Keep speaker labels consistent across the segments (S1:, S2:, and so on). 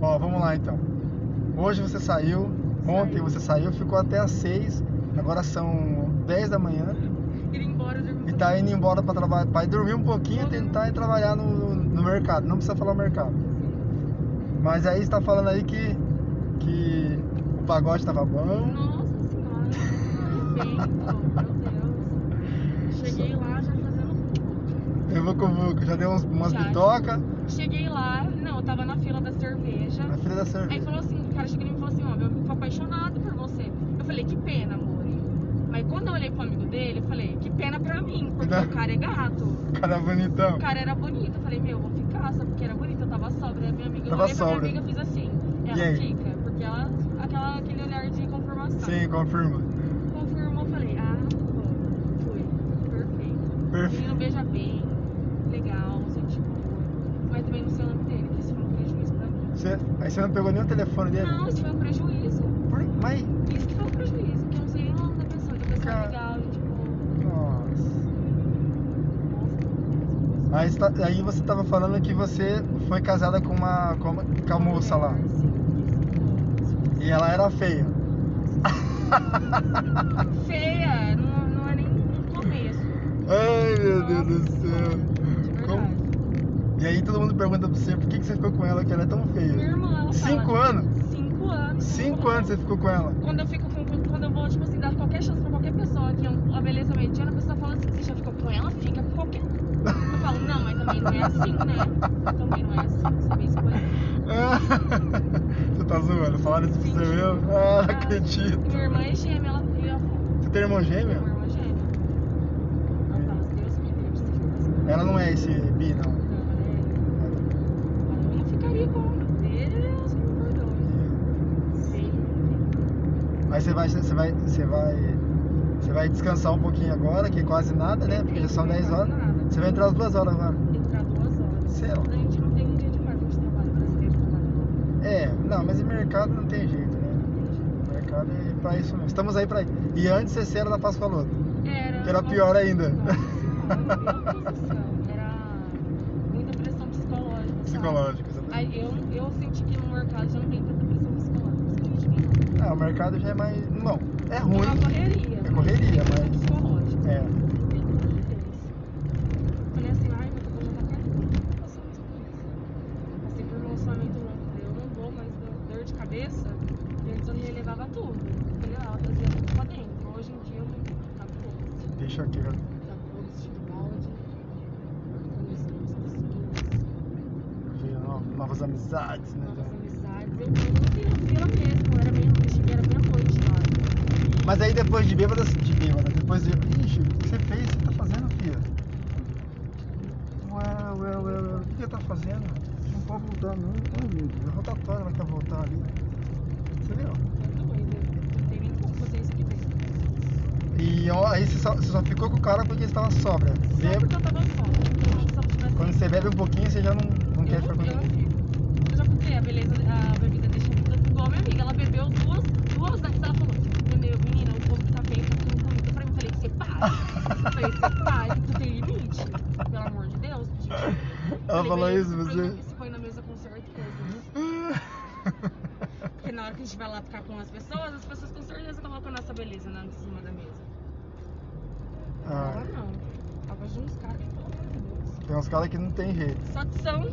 S1: Ó, vamos lá então. Hoje você saiu, ontem
S2: Saí.
S1: você saiu, ficou até às 6, agora são 10 da manhã
S2: Ir embora de
S1: e tá indo embora pra trabalhar, pra ir dormir um pouquinho e tentar ir trabalhar no, no mercado. Não precisa falar o mercado. Mas aí você tá falando aí que, que o pagode tava bom.
S2: Nossa senhora, que bem, meu Deus. Cheguei lá já fazendo
S1: Eu vou com o Vuco, já deu uns, umas
S2: Já.
S1: bitocas
S2: fogo. Cheguei lá, não, eu tava na fila da cerveja.
S1: na filha da
S2: Aí
S1: cerveja.
S2: falou assim, o cara chegou em mim e falou assim, ó, eu tô apaixonado por você. Eu falei, que pena, amor. Mas quando eu olhei pro amigo dele, eu falei, que pena pra mim, porque
S1: Não.
S2: o cara é gato.
S1: O cara é bonitão.
S2: O cara era bonito. Eu falei, meu, eu vou ficar, só porque era bonito, eu tava sobra. Aí minha amiga,
S1: Tava
S2: eu olhei pra minha
S1: sóbria.
S2: amiga e fiz assim, ela
S1: aí?
S2: fica, porque ela, aquela, aquele olhar de confirmação.
S1: Sim, confirma.
S2: Confirmou, falei, ah, bom, fui, perfeito.
S1: Perfe-
S2: Menino beija bem, legal, gente boa. Mas também não sei o nome dele, que isso foi um prejuízo pra mim.
S1: Você, aí você não pegou nem o telefone dele?
S2: Não, isso foi um prejuízo.
S1: Por, mas.
S2: Isso que foi um prejuízo, que eu não sei o nome da pessoa. Da pessoa
S1: Cara.
S2: legal, tipo, gente boa.
S1: Nossa.
S2: Nossa,
S1: Aí, você tá- aí você tava falando que você foi casada com uma, com uma, com a moça lá.
S2: um
S1: E ela era feia.
S2: Feia, não, não é nem no começo.
S1: Ai meu Deus do
S2: Nossa Senhora, de
S1: céu. Como-
S2: verdade.
S1: E aí todo mundo pergunta pra você por que, que você ficou com ela, que ela é tão
S2: Minha
S1: feia.
S2: irmã, ela
S1: Cinco
S2: fala,
S1: anos?
S2: Cinco anos.
S1: Cinco anos você ficou com ela.
S2: Quando eu fico com. Quando eu vou, tipo assim, dar qualquer chance pra qualquer pessoa que é uma beleza mediana, a pessoa fala assim, você já ficou com ela? Fica com qualquer. Eu falo, não, mas também não é assim, né? Também não é assim, saber escolher.
S1: você tá zoando, falaram isso pra você
S2: Sim.
S1: mesmo? Ah, não acredito.
S2: Minha irmã é gêmea, ela viu.
S1: Você tem irmão
S2: Minha
S1: gêmeo?
S2: irmã é gêmea. Ela fala, Deus me livre, se fica assim.
S1: Ela não é esse bi, não.
S2: Não, é. Eu não ficaria com Deus, me perdoe. Sei.
S1: Aí você vai, você vai, você vai, você vai descansar um pouquinho agora, que é quase nada, né? Porque já são 10 horas.
S2: Nada.
S1: Você vai entrar às duas horas agora.
S2: Entrar duas horas.
S1: Sei lá.
S2: A gente não tem um dia de mais, a gente trabalha brasileiro, trabalha bom.
S1: É, não, mas em mercado não tem jeito, né? Mercado é pra isso mesmo. Estamos aí pra isso. E antes você era da Pascoaloto.
S2: Era.
S1: Que era pior ainda.
S2: Nossa, meu Deus do céu. Era muita pressão psicológica. sabe?
S1: Psicológico, exatamente.
S2: Aí eu, eu senti que no mercado já não tem tanta pressão psicológica. isso que a gente tem lá.
S1: Ah, o mercado já é mais. Não, é
S2: É
S1: ruim.
S2: uma correria.
S1: É correria,
S2: mas. tem pressão
S1: mas-
S2: psicológica.
S1: É.
S2: Pelo amor de Deus. Falei assim, ai, mas eu vou jogar cartão. Passou muito por isso. Passei por um relacionamento louco. Falei, eu não vou, mas deu dor de cabeça. E antes eu me levava tudo. Falei, ah, ela trazia tudo pra dentro. Então, Hoje em dia eu não tá pouco.
S1: Deixa aqui, ó. Veio no- novas amizades, né? Mas aí depois de bêbada, assim, de bêbada, depois de. Ixi, o que você fez? O que você tá fazendo, filha? Ué, ué, ué, ué, o que você tá fazendo? Não pode voltar, não. Ai, meu Deus, é rotatória, ela quer voltar ali. Você viu? E ó, aí você só, você só ficou com o cara porque você tava sobra. Bêbado. Quando você bebe um pouquinho, você já não, não quer ficar com
S2: Eu não
S1: ninguém.
S2: fico. Eu já contei, a beleza, a bebida deixa a vida igual a minha amiga. Ela bebeu duas, duas daqui, ela falou, meu, menina, o povo que tá feio, tá tudo bonito. Eu falei, eu falei que você para. Eu falei, você para, que tu tem limite. Pelo amor de Deus, gente.
S1: Ela
S2: Falei,
S1: falou
S2: beleza, se
S1: isso,
S2: põe na-
S1: você.
S2: Se põe na mesa com certeza. Porque na hora que a gente vai lá ficar com as pessoas, as pessoas com certeza colocam a nossa beleza na, em cima da mesa.
S1: Ah,
S2: Ela não. Ela de uns caras que, pelo amor de Deus.
S1: tem uns caras que não tem jeito.
S2: Só tição.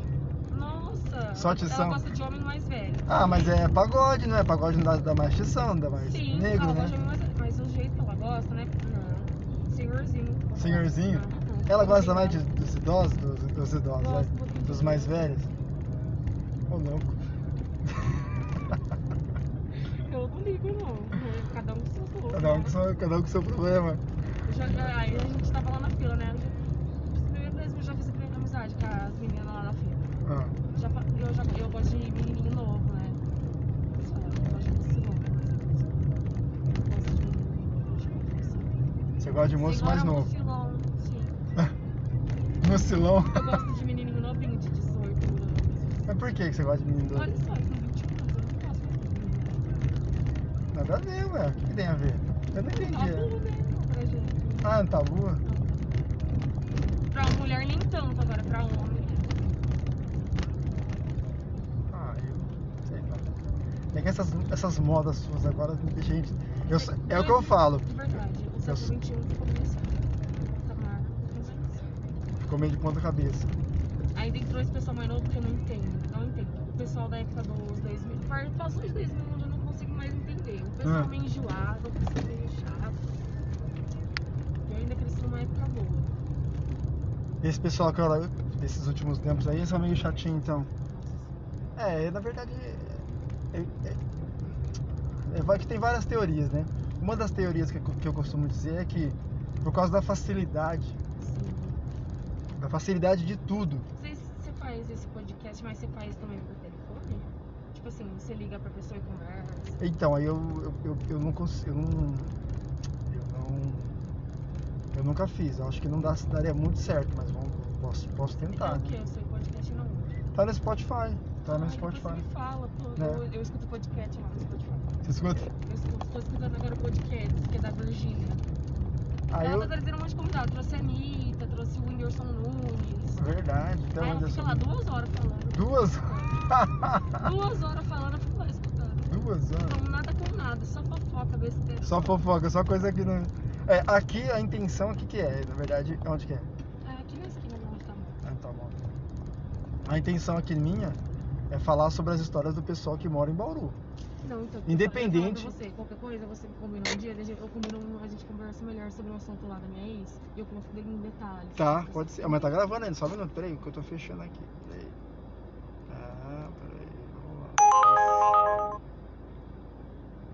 S2: Nossa.
S1: Só tição?
S2: Ela gosta de homem mais velho.
S1: Ah, mas é pagode, não é? Pagode não dá, dá mais tição, dá mais
S2: Sim,
S1: negro,
S2: ela gosta de
S1: né?
S2: homem mais velho. Mas o jeito que ela gosta, né? Não. Senhorzinho.
S1: Senhorzinho.
S2: Aham.
S1: Ela gosta mais de, dos idosos, dos, dos idosos,
S2: Gosto
S1: vai.
S2: um pouquinho.
S1: dos mais velhos. Ô, louco.
S2: Eu não ligo, não. Cada um com seu gosto.
S1: Cada um
S2: né?
S1: com seu, cada um com seu problema.
S2: Eu já- é, Aí a gente tava lá na fila, né? Eu já- Primeiro mesmo eu já fiz a primeira amizade com as meninas lá na fila.
S1: Ah,
S2: Já, fa- eu, já, eu gosto de menininho novo, né? Eles falam, eu gosto de moço novo. assim. Eu gosto de menino, eu gosto de moço.
S1: você gosta de moço
S2: Agora
S1: mais novo.
S2: mocilão, sim.
S1: Mocilão.
S2: Eu gosto de menininho novinho de 18 anos.
S1: Mas por que que você gosta de menino doido?
S2: Olha só, com 21 anos eu não posso fazer menino.
S1: Nada a ver, ué. O que que tem a ver? Eu não entendi.
S2: Tabu, né? Pra gente.
S1: Ah, é um tabu?
S2: Pra mulher nem tanto, agora pra homem.
S1: Ah, eu... É que essas, essas modas suas agora, gente. eu sa- é o que eu falo.
S2: De verdade, o século
S1: s-
S2: XXI ficou nisso. Tá mar-
S1: Ficou meio de ponta cabeça.
S2: Ainda entrou esse pessoal mais novo que eu não entendo. Não entendo. O pessoal da época dos 2000. par- Passou os 2000 eu não consigo mais entender. O pessoal
S1: Ah.
S2: meio enjoado, o pessoal meio chato. Eu ainda cresci numa época boa.
S1: Esse pessoal agora, desses últimos tempos aí, são meio chatinho, então.
S2: Nossa,
S1: É, na verdade. É, é- é- vai que tem várias teorias, né? Uma das teorias que, eu- que eu costumo dizer é que, por causa da facilidade,
S2: sim.
S1: da facilidade de tudo,
S2: Você, você faz esse podcast, mas você faz também por telefone? Tipo assim, você liga pra pessoa e conversa.
S1: Então, aí eu, eu, eu, eu não consigo. Eu não, eu não. Eu nunca fiz. Eu acho que não dá, daria muito certo, mas vamos, posso, posso tentar.
S2: Então, o
S1: né?
S2: que? O seu podcast não.
S1: Tá no Spotify. Tá
S2: Ah,
S1: no
S2: depois Você
S1: Spotify.
S2: me fala, pô.
S1: É.
S2: Eu, eu escuto podcast lá no Spotify.
S1: Você escuta?
S2: Eu escuto, tô escutando agora o podcast, que é da Virgínia.
S1: Aí
S2: Ela
S1: Ah,
S2: tá
S1: eu.
S2: trazendo um monte de convidado. Trouxe a Anitta, trouxe o Whindersson Nunes.
S1: Verdade, então
S2: é Aí ela
S1: olha
S2: fica
S1: só.
S2: lá duas horas falando.
S1: Duas?
S2: Duas horas falando, eu fico lá escutando.
S1: Duas horas.
S2: Então nada com nada, só fofoca, besteira.
S1: Ah. Só fofoca, só coisa que não. É, aqui a intenção, o que, que é? Na verdade, onde que é?
S2: É, aqui na esquina não tá bom.
S1: Ah, tá bom. A intenção aqui minha é falar sobre as histórias do pessoal que mora em Bauru.
S2: Não, então,
S1: Independente.
S2: Eu falo pra você, qualquer coisa, você me combina um dia, deixa- eu combino, um- a gente conversa melhor sobre um assunto lá da minha ex, e eu conto dele em detalhes.
S1: Tá, pode ser. Ah, Mas tá gravando ainda, só um minuto. Peraí, que eu tô fechando aqui. Peraí. Ah, peraí. Tá, Vamos lá.